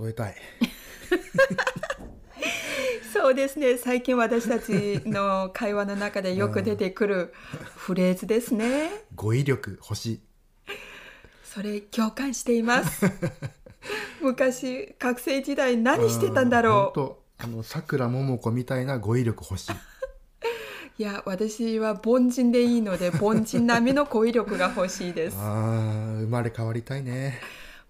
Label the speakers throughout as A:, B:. A: 例えたい。
B: そうですね最近私たちの会話の中でよく出てくるフレーズですね
A: 語彙力欲しい。
B: それ共感しています 昔学生時代何してたんだろう
A: 本当あの、さくらももこみたいな語彙力 欲しい。
B: いや私は凡人でいいので凡人並みの語彙力が欲しいです
A: ああ、生まれ変わりたいね。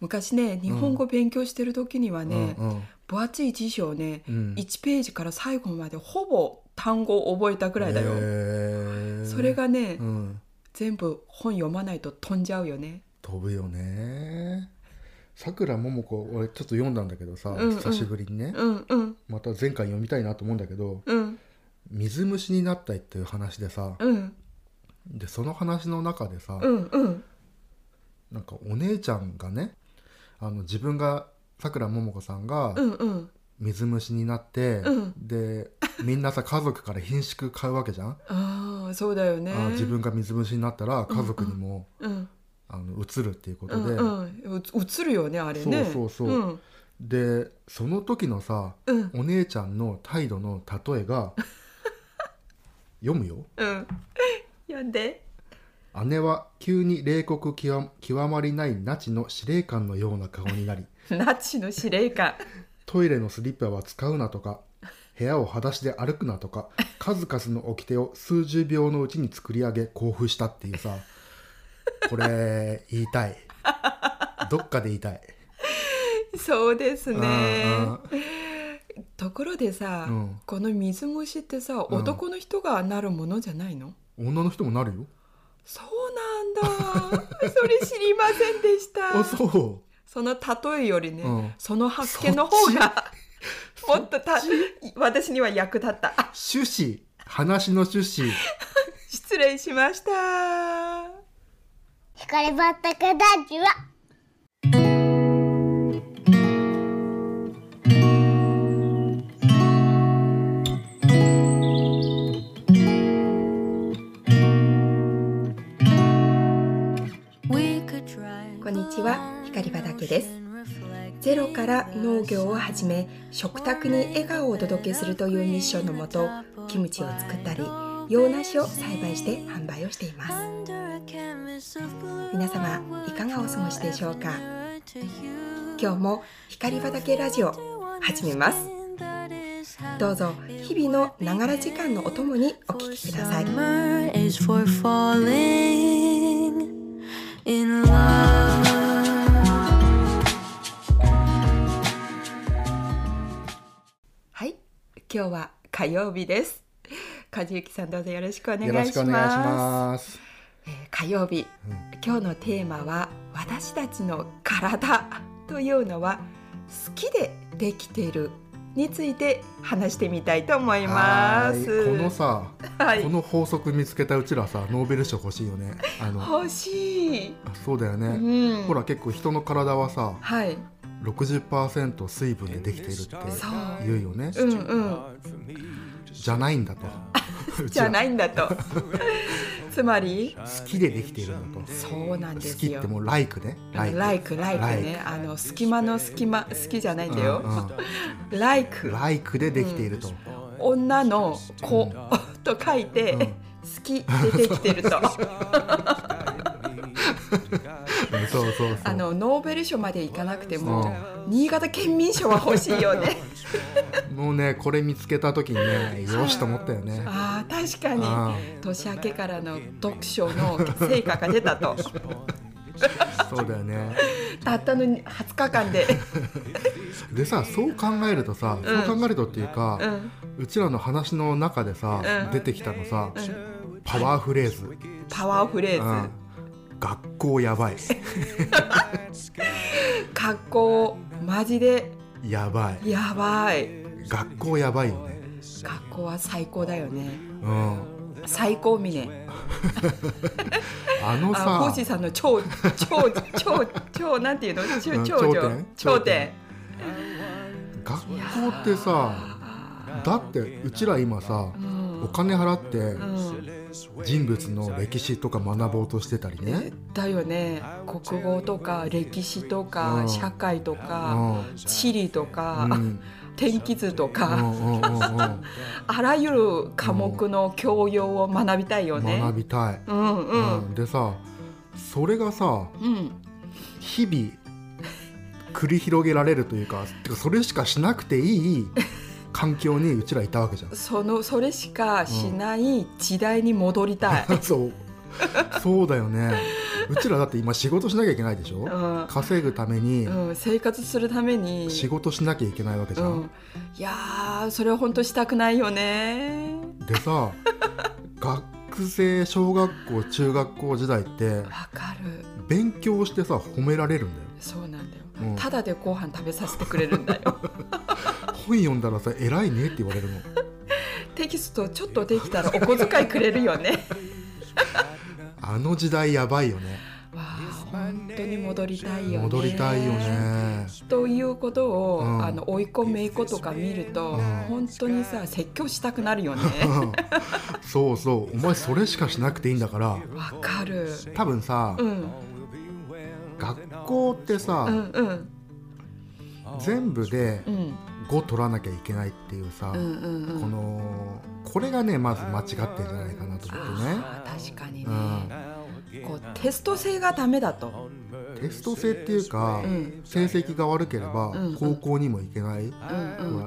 B: 昔ね日本語勉強してる時にはね、
A: うんうん
B: 分厚い辞書をね、
A: うん
B: 1ページから最後までほぼ単語を覚えたぐらいだよ、
A: へえ
B: それがね、
A: うん、
B: 全部本読まないと飛んじゃうよね
A: 飛ぶよね。さくらももこ、俺ちょっと読んだんだけどさ、
B: うんうん
A: 久しぶりにね。
B: うんうん
A: また前回読みたいなと思うんだけど、
B: うん
A: 水虫になったいっていう話でさ、
B: うん
A: で、その話の中でさ、
B: うんうん
A: なんかお姉ちゃんがね、あの自分が、さくらももこさんが
B: うんうん
A: 水虫になって、
B: うん
A: で、みんなさ、家族から品種買うわけじゃん、
B: ああそうだよね
A: あー自分が水虫になったら家族にも、
B: うん
A: あのうつるっていうこ
B: う
A: とで、
B: んうんうつ映るよねあれね
A: そうそうそう
B: うん
A: でその時のさ
B: うん
A: お姉ちゃんの態度の例え が読むよ
B: うん読んで
A: 姉は急に冷酷極極まりない那智の司令官のような顔になり
B: ナチの司令官
A: トイレのスリッパは使うなとか部屋を裸足で歩くなとか数々の掟を数十秒のうちに作り上げ興奮したっていうさこれ言いたいどっかで言いたい
B: そうです
A: うんう
B: ね
A: ん
B: ところでさ、
A: うん
B: この水虫ってさ
A: ん
B: 男の人がなるものじゃないの、
A: 女の人もなるよ
B: そうなんだ それ知りませんでした
A: あそう
B: その例えよりね、
A: うん
B: その発見の方がもっとた私には役立ったあ
A: 趣旨話の趣旨
B: 失礼しました
C: 光ばったかだじは。
D: こんにちは光場だけです
B: ゼ
D: ゼ
B: ロ
D: ロ
B: か
D: からら
B: 農
D: 農
B: 業
D: 業
B: を
D: を
B: 始
D: 始め
B: め食卓に笑顔をお届けするというミッションのもとキムチを作ったり洋梨を栽培して販売をしています
D: 皆様いかがお過ごしでしょうか今
B: 今日も光
D: 日
B: 畑
D: 畑
B: ラ
D: ラ
B: ジ
D: ジ
B: オ
D: オ
B: 始
D: 始
B: め
D: め
B: ま
D: ますす
B: ど
D: ど
B: う
D: う
B: ぞ
D: ぞ
B: 日
D: 日
B: 々
D: 々
B: の
D: の
B: な
D: な
B: が
D: が
B: ら
D: ら
B: 時
D: 時
B: 間の
D: 間の
B: お
D: お
B: と
D: と
B: も
D: も
B: に
D: に
B: お
D: お
B: 聞
D: 聞
B: きく
D: きく
B: だ
D: だ
B: さ
D: さ
B: い
D: い
B: はい今日は火曜日です梶幸さんどうぞよろしくお願
A: よろ
B: い
A: し
B: し
A: くお
B: ます
A: 願いします。
B: えー火曜日今日のテーマは私たちの体 というのは好きでできているについて話してみたいと思いま
A: は
B: す
A: ーいこのさ、
B: はい
A: この法則見つけたうちらさ、ノーベル賞欲しいよね。あの、
B: 欲しい、
A: そうだよ
B: う
A: ね。
B: ん、
A: ほら結構人の体はさ、
B: はい
A: 60%水分でできているって
B: そう
A: 言うよね。
B: うんうん
A: じゃないんだと。うち
B: じゃ
A: ら
B: ないんだ とつまり
A: 好きでできているんだと。
B: そうなんで
A: 好
B: す
A: きっ
B: よ
A: てもうライクね。
B: ライクライクねあの隙間の隙間好きじゃないんだよ、ライク
A: ライクでできていると。
B: 女の子と書いて、
A: うん
B: 好き出てきてると
A: う んそうそうそう。
B: あのノーベル賞までいかなくて
A: う
B: も
A: ん
B: 新潟県民賞は欲しいよね
A: もうねこれ見つけた時にねよしと思ったよね。
B: あー確か
A: あ
B: に年明けからの読書の成果が出たと
A: そうだよね。
B: たったの20日間で、
A: でさそう考えるとさ、そう考えるとっていうか
B: う、ん、
A: うちらの話の中でさ、
B: うん
A: 出てきたのさ、パワーフレーズ。
B: パワーフレ
A: う
B: ーズ
A: ん学校やばい。
B: 格好マジで
A: やばい。
B: やばい
A: 学校やばいよね。
B: 格好は最高だよね
A: うん。
B: 最高峰
A: あの
B: あコー
A: さ
B: シーさんの超超超超なんていうの
A: う
B: 超
A: ん頂
B: 超頂
A: 点
B: 頂点
A: 学校ってさだってうちら今さ、お金払って
B: うん
A: 人物の歴史とか学ぼうとしてたりね、
B: だよね国語とか歴史とか、
A: うん
B: 社会と
A: う
B: か、
A: ん
B: 地理とか、
A: うん
B: 天気図と
A: う
B: か、
A: んうんうん
B: あらゆる科目の教養を学びたいよ
A: うん
B: ね。
A: 学びたい、
B: うんう
A: うんんでさそれがさ
B: うん
A: 日々繰り広げられるというかてかそれしかしなくてい い環境にうちらいたわけじゃん
B: そのそれしかしない時代に戻りたい。
A: そう そうだよねうちらだって今仕事しなきゃいけないでし
B: う
A: ょ
B: ん
A: 稼ぐために
B: うん、生活するために
A: 仕事しなきゃいけないわけじゃ
B: うんん、いやーそれは本当したくないよね
A: で さ学生小学校中学校時代って
B: わかる
A: 勉強してさ褒められるんだよ
B: そうなんだよ、
A: うん
B: ただでご飯食べさせてくれるんだよ
A: 本読んだらさ偉いねって言われるの
B: テキストちょっとできたらお小遣いくれる よね
A: あの時代やばいよね
B: わあ本当に戻りたいよね
A: 戻りたいよね
B: ということを、
A: うん
B: あの追い子めい子とか見ると、
A: うん
B: 本当にさ説教したくなるよね
A: うんそうそうお前それしかしなくていいんだから
B: わかる、
A: 多分さ、
B: うん、うん
A: 学校ってさ、
B: うん
A: 全部で
B: うん
A: 5取らなきゃいけないっていうさ、
B: うんうんう
A: こ
B: ん
A: のこれがねまず間違ってんじゃないかなと思ってね
B: あー確かに
A: う
B: ね、こうテスト性がダメだと、
A: テスト制っていうか、
B: うん
A: 成績が悪ければ
B: うん
A: 高校にも行けない、
B: うんうん
A: ほら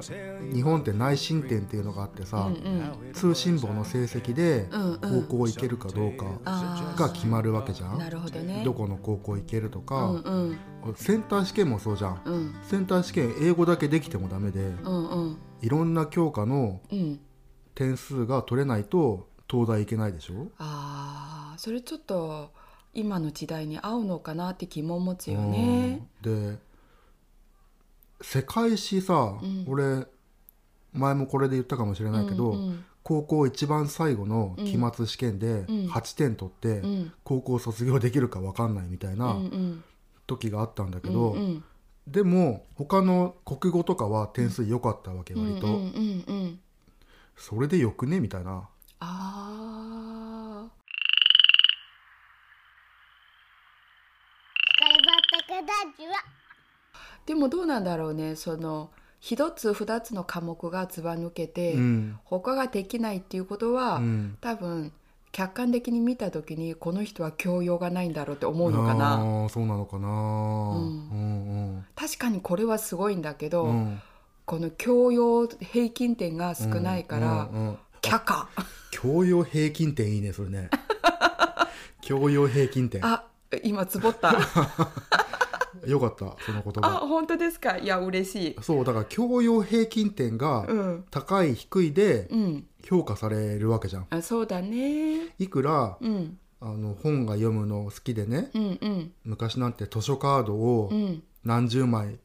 A: 日本って内申点っていうのがあってさ
B: う、ん
A: 通信簿の成績で
B: うんうん
A: 高校行けるかどうか
B: あー
A: が決まるわけじゃん、
B: なるほどね
A: どこの高校行けると
B: う
A: か、
B: んうん
A: センター試験もそうじゃん
B: うん
A: センター試験英語だけできてもダメで
B: うんうん
A: いろんな教科の
B: うん
A: 点数が取れないと東大行けないでしょ
B: あーそれちょっと今の時代に合うのかなって疑問持つよね
A: うんで世界史さ、
B: うん
A: 俺前もこれで言ったかもしれないけど、
B: うん
A: 高校一番最後の期末試験で
B: うん
A: 8点取って、
B: うんうん
A: 高校卒業できるか分かんないみたい
B: うん
A: な
B: うん
A: 時があったんだけ
B: うん
A: ど、
B: うん
A: でも他の国語とかは点数良かったわけ割と、
B: うんうんうんうん
A: それでよくねみたいな
B: あー
C: 光りばったかだじわ
B: でもどうなんだろうねその一つ二つの科目がずば抜けて、
A: うん
B: 他ができないっていうことは、
A: うん
B: 多分客観的に見た時にこの人は教養がないんだろうって思うのか
A: あ
B: な
A: ーそうなのかな、
B: ん
A: うん
B: 確かにこれはすごいんだけど、
A: うんうん
B: この教養平均点が少ないから、
A: うんうんうん
B: 却下
A: 教養平均点いいねそれね 教養平均点
B: あ今つぼった
A: よかったその言
B: あ
A: 葉
B: 本当ですかいや嬉しい
A: そうだから教養平均点が
B: うん
A: 高い低いで
B: うん
A: 評価されるわけじゃん
B: あそうだね
A: いくら
B: うん
A: あの本が読むの好きでね
B: うんうん
A: 昔なんて図書カードを
B: うん
A: 何十枚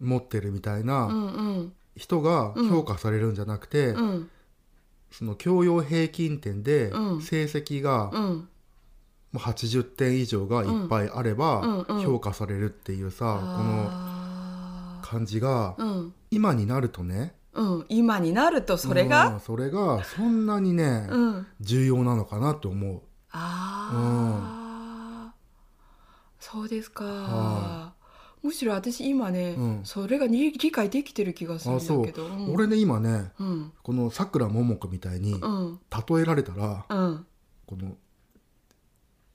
A: 持ってるみたいうなん
B: うん
A: 人が評価されるんじゃなくて
B: うん
A: その教養平均点で
B: うん
A: 成績が
B: うん
A: もう80点以上がいっぱいあれば
B: うんうん
A: 評価されるっていうさこの
B: あ
A: 感じが
B: ーうん
A: 今になるとね
B: うん今になるとそれが
A: うんそれがそんなにね、
B: うん
A: 重要なのかなと思う
B: ああ、そうですか、
A: は
B: むしろ私今ね、
A: うん
B: それがに理解できてる気がするん
A: あ
B: だ
A: そう
B: けどうん、
A: 俺ね今ね
B: うん
A: このさくらももこみたいに
B: うん
A: 例えられたら、
B: うん
A: この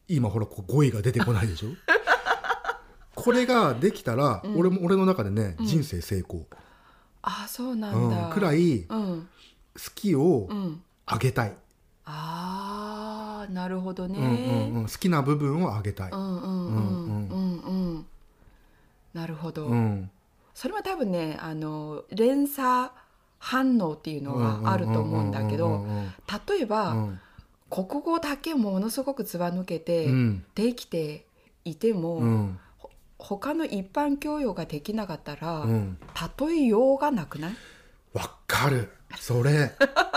A: 今ほらこう語彙が出てこない でしょこれができたら、
B: うん
A: 俺も俺の中でね、
B: うん
A: 人生成功、
B: あそうな
A: うん
B: だ、
A: んくらい好
B: うん
A: きを
B: うん
A: あげたい、
B: ああなるほど
A: うんうん
B: ね
A: うん、好きな部分をあげたい、
B: うんうんうんうん
A: うん
B: うんなるほど、
A: うん
B: それは多分ねあの連鎖反応っていうのはあると思うんだけ
A: うん
B: ど
A: うん
B: 例えば、
A: うん
B: 国語だけものすごくずば抜けて、
A: うん
B: できていても、
A: うん
B: 他の一般教養ができなかったら、
A: うん
B: 例えようがなくない
A: わかるそれ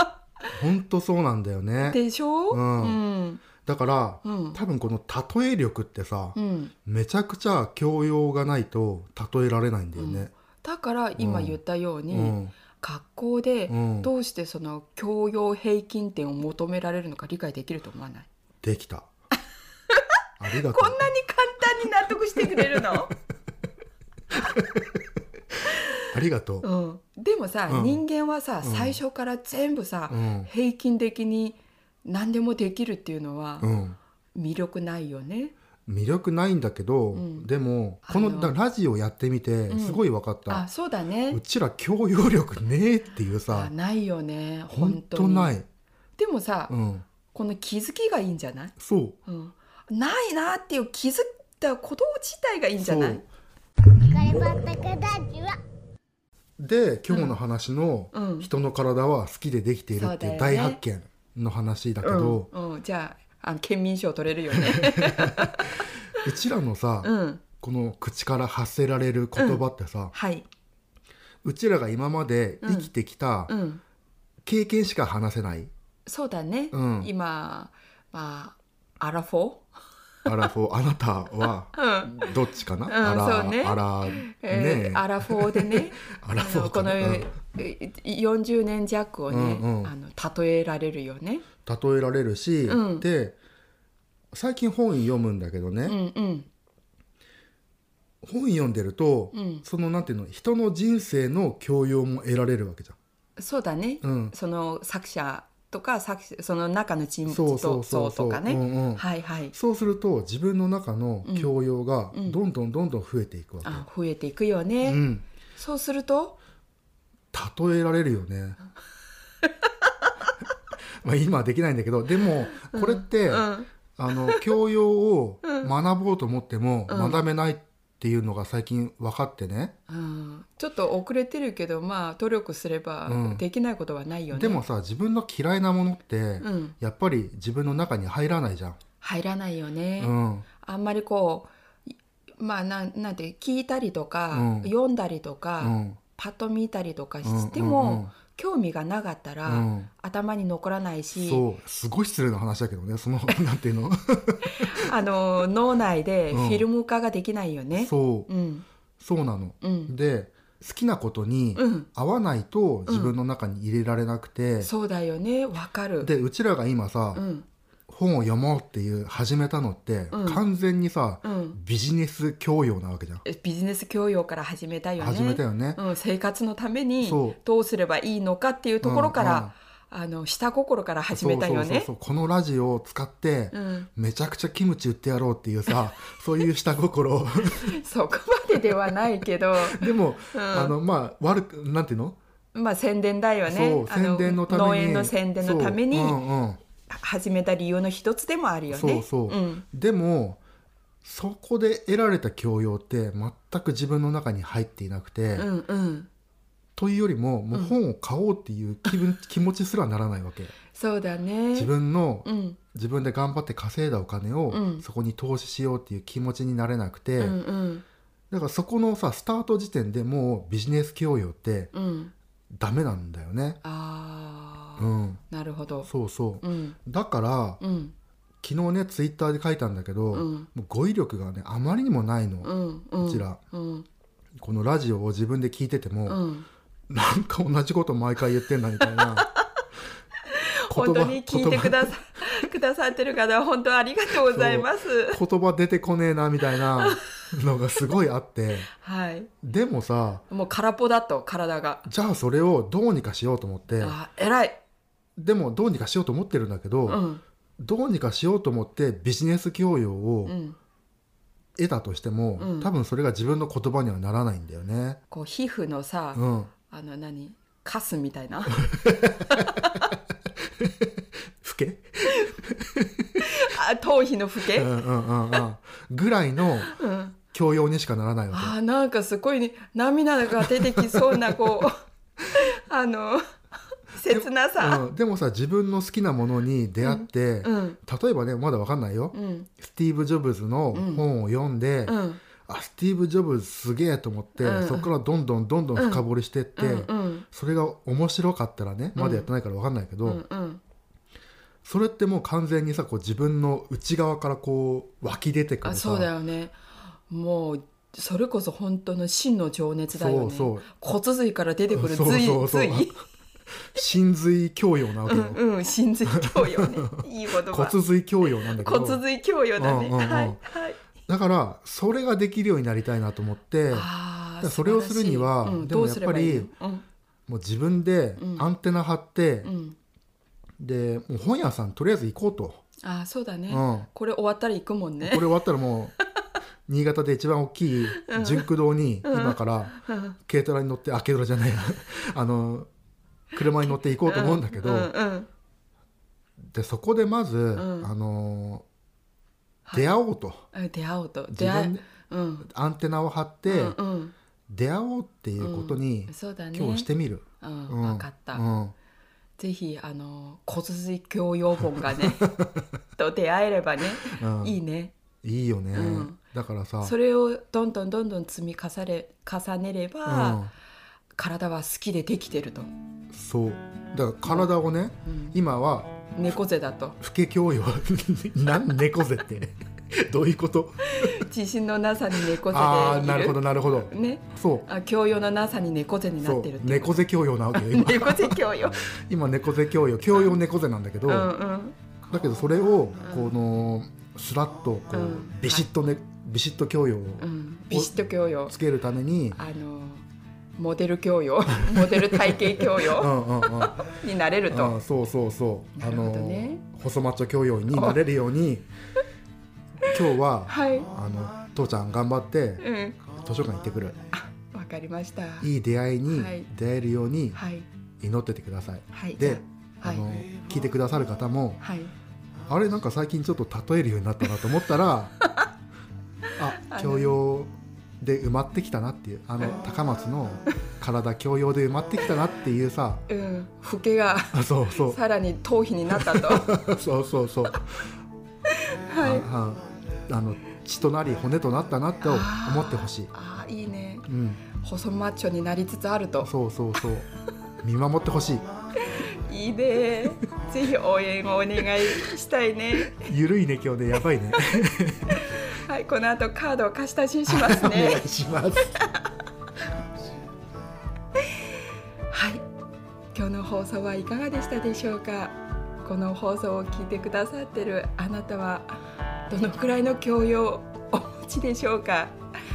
A: ほんとそうなんだよね
B: でしょ
A: うん
B: うん
A: だから
B: うん
A: 多分この例え力ってさ、
B: うん
A: めちゃくちゃ教養がないと例えられないんだよね、
B: だから今言ったように、
A: うん
B: 学校で
A: うん
B: どうしてその教養平均点を求められるのか理解できると思わない
A: でき たありがとう
B: こんなに簡単に納得してくれるの、
A: ありがとう、
B: うん、でもさ、
A: うん
B: 人間はさ
A: うん
B: 最初から全部さ、
A: うん
B: 平均的に何でもできるっていうのは
A: うん、
B: 魅力ないよね。
A: 魅力ないんだけど、
B: うん
A: でも
B: あ
A: こ
B: の
A: のだラジオやってみて
B: うん
A: すごい分かっ
B: あ
A: た、
B: そうだ
A: う
B: ね。
A: ちら教養力ねえっていう
B: あ
A: さ
B: ないよね
A: ほん
B: 本当
A: と
B: に。
A: ない、
B: でもさ、
A: うん、
B: この気づきがいいんじゃない、
A: そう
B: うん、ないなっていう気づいたこと自体がいいんじゃ
A: そ
B: な
A: う
B: い
C: 疲ればったくだじわ
A: で今日の話の
B: うんうん
A: 人の体は好きでできているってい
B: そう
A: う
B: だよね
A: 大発見の話だけ
B: う
A: ど、
B: んうん、じゃああの県民賞取れる よね。
A: うちらのさ、
B: うん、
A: この口から発せられる言葉ってさ、
B: はい、
A: うちらが今まで生きてきた
B: うん、
A: 経験しか話せない、
B: そうだね、
A: うん
B: 今、まあ、アラフォ
A: アラ フォーあなたは
B: ー、うん
A: どっちかな、
B: うん
A: あら
B: そうね
A: あらね
B: え
A: え
B: ー、アラフォーでね
A: アラフォー
B: あ
A: か
B: の
A: なう
B: このえ40年弱をね、
A: うんうん
B: あの例えられるよね。
A: 例えられるし、
B: うん
A: で最近本読むんだけどね、
B: うんうん
A: 本読んでると、
B: うん
A: そのなんていうの人の人生の教養も得られるわけじ
B: そうだね、
A: ゃん。うん、
B: その作者とか作者その中の人物
A: そ
B: と
A: うそうそう
B: 像
A: そう
B: とかね、
A: うんうん
B: はいはい
A: そうすると自分の中の教養が
B: うん
A: どんどんどんどん増えていくわけ、
B: あ増えていくよね、
A: うん、
B: そうすると
A: 例えられるよ ねまあ今はできないんだけどでもこれって、
B: うん
A: あの教養を学ぼうと思っても
B: うん
A: 学べないっていうのが最近分かってね、
B: うん、ちょっと遅れてるけどまあ努力すれば
A: うん
B: できないことはないよね、
A: でもさ自分の嫌いなものって、
B: うん
A: やっぱり自分の中に入らないじゃん。
B: 入らないよね、
A: うん
B: あんまりこういまあなんなんて聞いたりとか、
A: うん
B: 読んだりとか、
A: うん
B: パッと見たりとか
A: うん
B: しても、
A: うんうん
B: 興味がなかったら、
A: うん
B: 頭に残らないし
A: そうすごい失礼な話だけどねそ のなんていうの
B: あの脳内で
A: う
B: フ
A: ん
B: ィルム化ができないよね。
A: そう
B: うん
A: そうなの。
B: うん
A: で好きなことに
B: うん、
A: 合わないと自分の中に入れられなくて、
B: そうだよねわかる。
A: でうちらが今さ、
B: うん
A: 本を読もうっていう始めたのって、
B: うん
A: 完全にさ、
B: うん、
A: ビジネス教養なわけじゃん。
B: えビジネス教養から始めたよね
A: 始めたよね。
B: うん、生活のために
A: そう
B: どうすればいいのかっていうところから、あの下心から始めたよ
A: そうそう
B: ね
A: そ。うそうこのラジオを使って、
B: うん
A: めちゃくちゃキムチ売ってやろうっていうさ そういう下心 を
B: そこまでではないけ ど、
A: でも、
B: うん
A: あのまあ悪くなんていうの
B: まあ宣伝だよね
A: そう。
B: あの
A: 宣伝のために
B: 農園の宣伝のために
A: そううんうん
B: 始めた理由の一つでもあるよね。
A: そうそう
B: うん、
A: でもそこで得られた教養って全く自分の中に入っていなくて、
B: うん、うん、
A: というよりももう本を買おうっていう気分、気持ちすらならないわけ
B: そうだね。
A: 自分の、
B: うん、
A: 自分で頑張って稼いだお金を、
B: うん
A: そこに投資しようっていう気持ちになれなくて、
B: うん、うん、
A: だからそこのさスタート時点でもうビジネス教養って
B: うん、
A: ダメなんだよね
B: ああ、
A: うん
B: なるほど。
A: そうそう
B: うん、
A: だから
B: うん、
A: 昨日ねツイッターで書いたんだけど、
B: うん
A: もう語彙力がねあまりにもないの、
B: うん、うん、
A: こちら。
B: うん、
A: このラジオを自分で聞いてても、
B: うん、
A: なんか同じこと毎回言ってんなみたいな
B: 本当に聞いてくださ くださってる方、本当ありがとうございます。
A: 言葉言葉出てこねえなみたいなのがすごいあって
B: はい、
A: でもさ
B: もう空っぽだと体が。
A: じゃあそれをどうにかしようと思って
B: あー、偉い。
A: でもどうにかしようと思ってるんだけど、
B: うん、
A: どうにかしようと思ってビジネス教養
B: う
A: を
B: ん、
A: 得たとしても、
B: うん
A: 多分それが自分の言葉にはならないんだよね。
B: こう皮膚のさ、
A: うん、
B: あの何、カスみたいな。
A: ふけ、
B: あ頭皮のフケ、
A: うんうんうんうん、ぐらいの
B: うん、
A: 教養にしかならないわけ。
B: あーなんかすごい、ね、涙が出てきそうなこう あの切なさ、
A: うん、でもさ自分の好きなものに出会って、
B: うん
A: 例えばねまだわかんないよ、
B: うん
A: スティーブ・ジョブズの本を読んで、
B: うん
A: あスティーブ・ジョブズすげえと思って、
B: うん
A: そこからどんどんどんどん深掘りしてって、
B: うんうん
A: それが面白かったらねまだやってないからわかんないけど、
B: うんうん
A: それってもう完全にさこう自分の内側からこう湧き出てく
B: あ
A: るさ
B: そうだよねもうそれこそ本当の真の情熱だよ
A: そ
B: ね
A: うそう
B: 骨髄から出てくる
A: そう
B: 髄
A: そうそう
B: 髄
A: 神髄教養なわ
B: う
A: けよ、
B: んうん神髄教養ねいい言葉
A: 骨髄教養なんだけど
B: 骨髄教養だね、
A: うんうんうん
B: はいはい
A: だからそれができるようになりたいなと思ってだか
B: あー
A: らそれをするには
B: 素晴らしいうん
A: でも
B: どうすればいいのうん
A: もう自分で
B: うん
A: アンテナ張って、
B: うん、
A: でもう本屋さんとりあえず行こうと、
B: あーそうだね、
A: うん、
B: これ終わったら行くもん
A: これ
B: ね
A: 終わったらもう新潟で一番大きい純駆堂に
B: うん
A: 今から
B: うん
A: 軽トラに乗ってあ軽トラじゃない あの車に乗って行こうと思うんだけど、
B: うんうん
A: でそこでまず、
B: ん
A: あのー
B: い
A: 出会おうと、
B: うん、出会おうと
A: 自
B: 出会
A: 分
B: い
A: で
B: うん
A: アンテナを張って、
B: うんうん
A: 出会おうっていうことに、
B: うんそうだね
A: 今日してみる、
B: うん
A: うん
B: 分かった、
A: うん
B: ぜひあの骨髄教養本が ねと出会えればね、
A: うん
B: いいね
A: いいよね、
B: うん
A: だからさ
B: それをどんどんどんどん積み重ね重ねれば、体は好きでできてると、
A: うん、そうだから体をね
B: うん
A: 今は
B: 猫背だと
A: 老け教養 なん猫背って どういうこと
B: 自信のなさに猫背
A: ああ
B: でい
A: ー
B: る
A: なるほどなるほど、
B: ね
A: そ
B: あ教養のなさに猫背に
A: う
B: な
A: そ
B: っ
A: う
B: てるって
A: 猫背教養なわけよ今
B: 猫背教養
A: 今猫背教養教養猫背なんだけど、
B: うんうん
A: だけどそれをこのスラッとこう、
B: うん
A: ビシッとねビシッと教養を
B: うんビシッと教養
A: つけるために、
B: あのモデル教養 モデル体型教
A: う
B: 養
A: んうんうん
B: になれると、
A: うんそうそうそう、
B: なるほどね
A: あの細マッチョ教養になれるように今日は
B: はい
A: あの父ちゃん頑張って
B: うん
A: 図書館行ってくる
B: わかりました
A: いい出会いに
B: はい
A: 出会えるように
B: はい
A: 祈っててください、
B: はい
A: で
B: は
A: あ
B: い
A: の聞いてくださる方も
B: はい
A: あれなんか最近ちょっと例えるようになったなと思った ら
B: あ
A: あ
B: の
A: 教養で埋まってきたなっていうあの高松の体教養で埋まってきたなっていうさ
B: うん老けが
A: あ そうそう
B: さらに頭皮になったとは
A: そうそうそう
B: い
A: あああの血となり骨となったなと思ってほしい。
B: あーいいね
A: うん、
B: 細マッチョになりつつあると
A: そうそうそう。見守ってほしい。
B: いいねぜひ応援をお願いしたいね
A: ゆるいね今日でやばいね。
B: はいこの後カードを貸し出しにしま す
A: お 願
B: ね
A: いします。
B: はい今日の放送はいかがでしたでしょうかこの放送を聞いてくださってるあなたはどのくらいの教養をお持ちでしょうか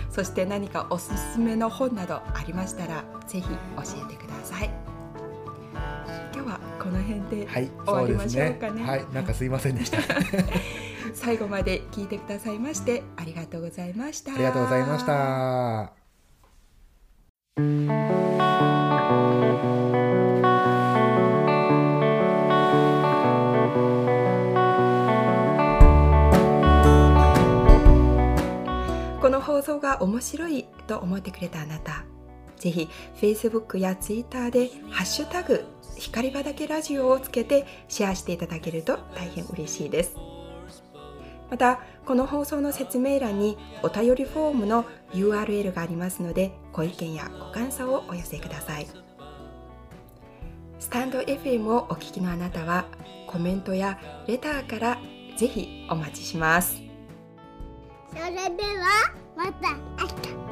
B: そして何かおすすめの本などありましたらぜひ教えてください今日はこの辺で
A: はい、
B: 終わ
A: そう
B: り
A: で
B: ますしょうかね,、
A: ね。はい、なんかすいませんでした。あ
B: 最後まで聞いてくださいましてありがとうございました
A: りがとうございました。
B: この放送が面白いと思ってくれたあなた、ぜひ Facebook や Twitter でハッシュタグ光場だけラジオをつけてシェアしていただけると大変嬉しいです。また、この放送の説明欄にお便りフォームの URL がありますので、ご意見やご感想をお寄せください。スタンド FM をお聞きのあなたは、コメントやレターからぜひお待ちします。
C: それではまた明日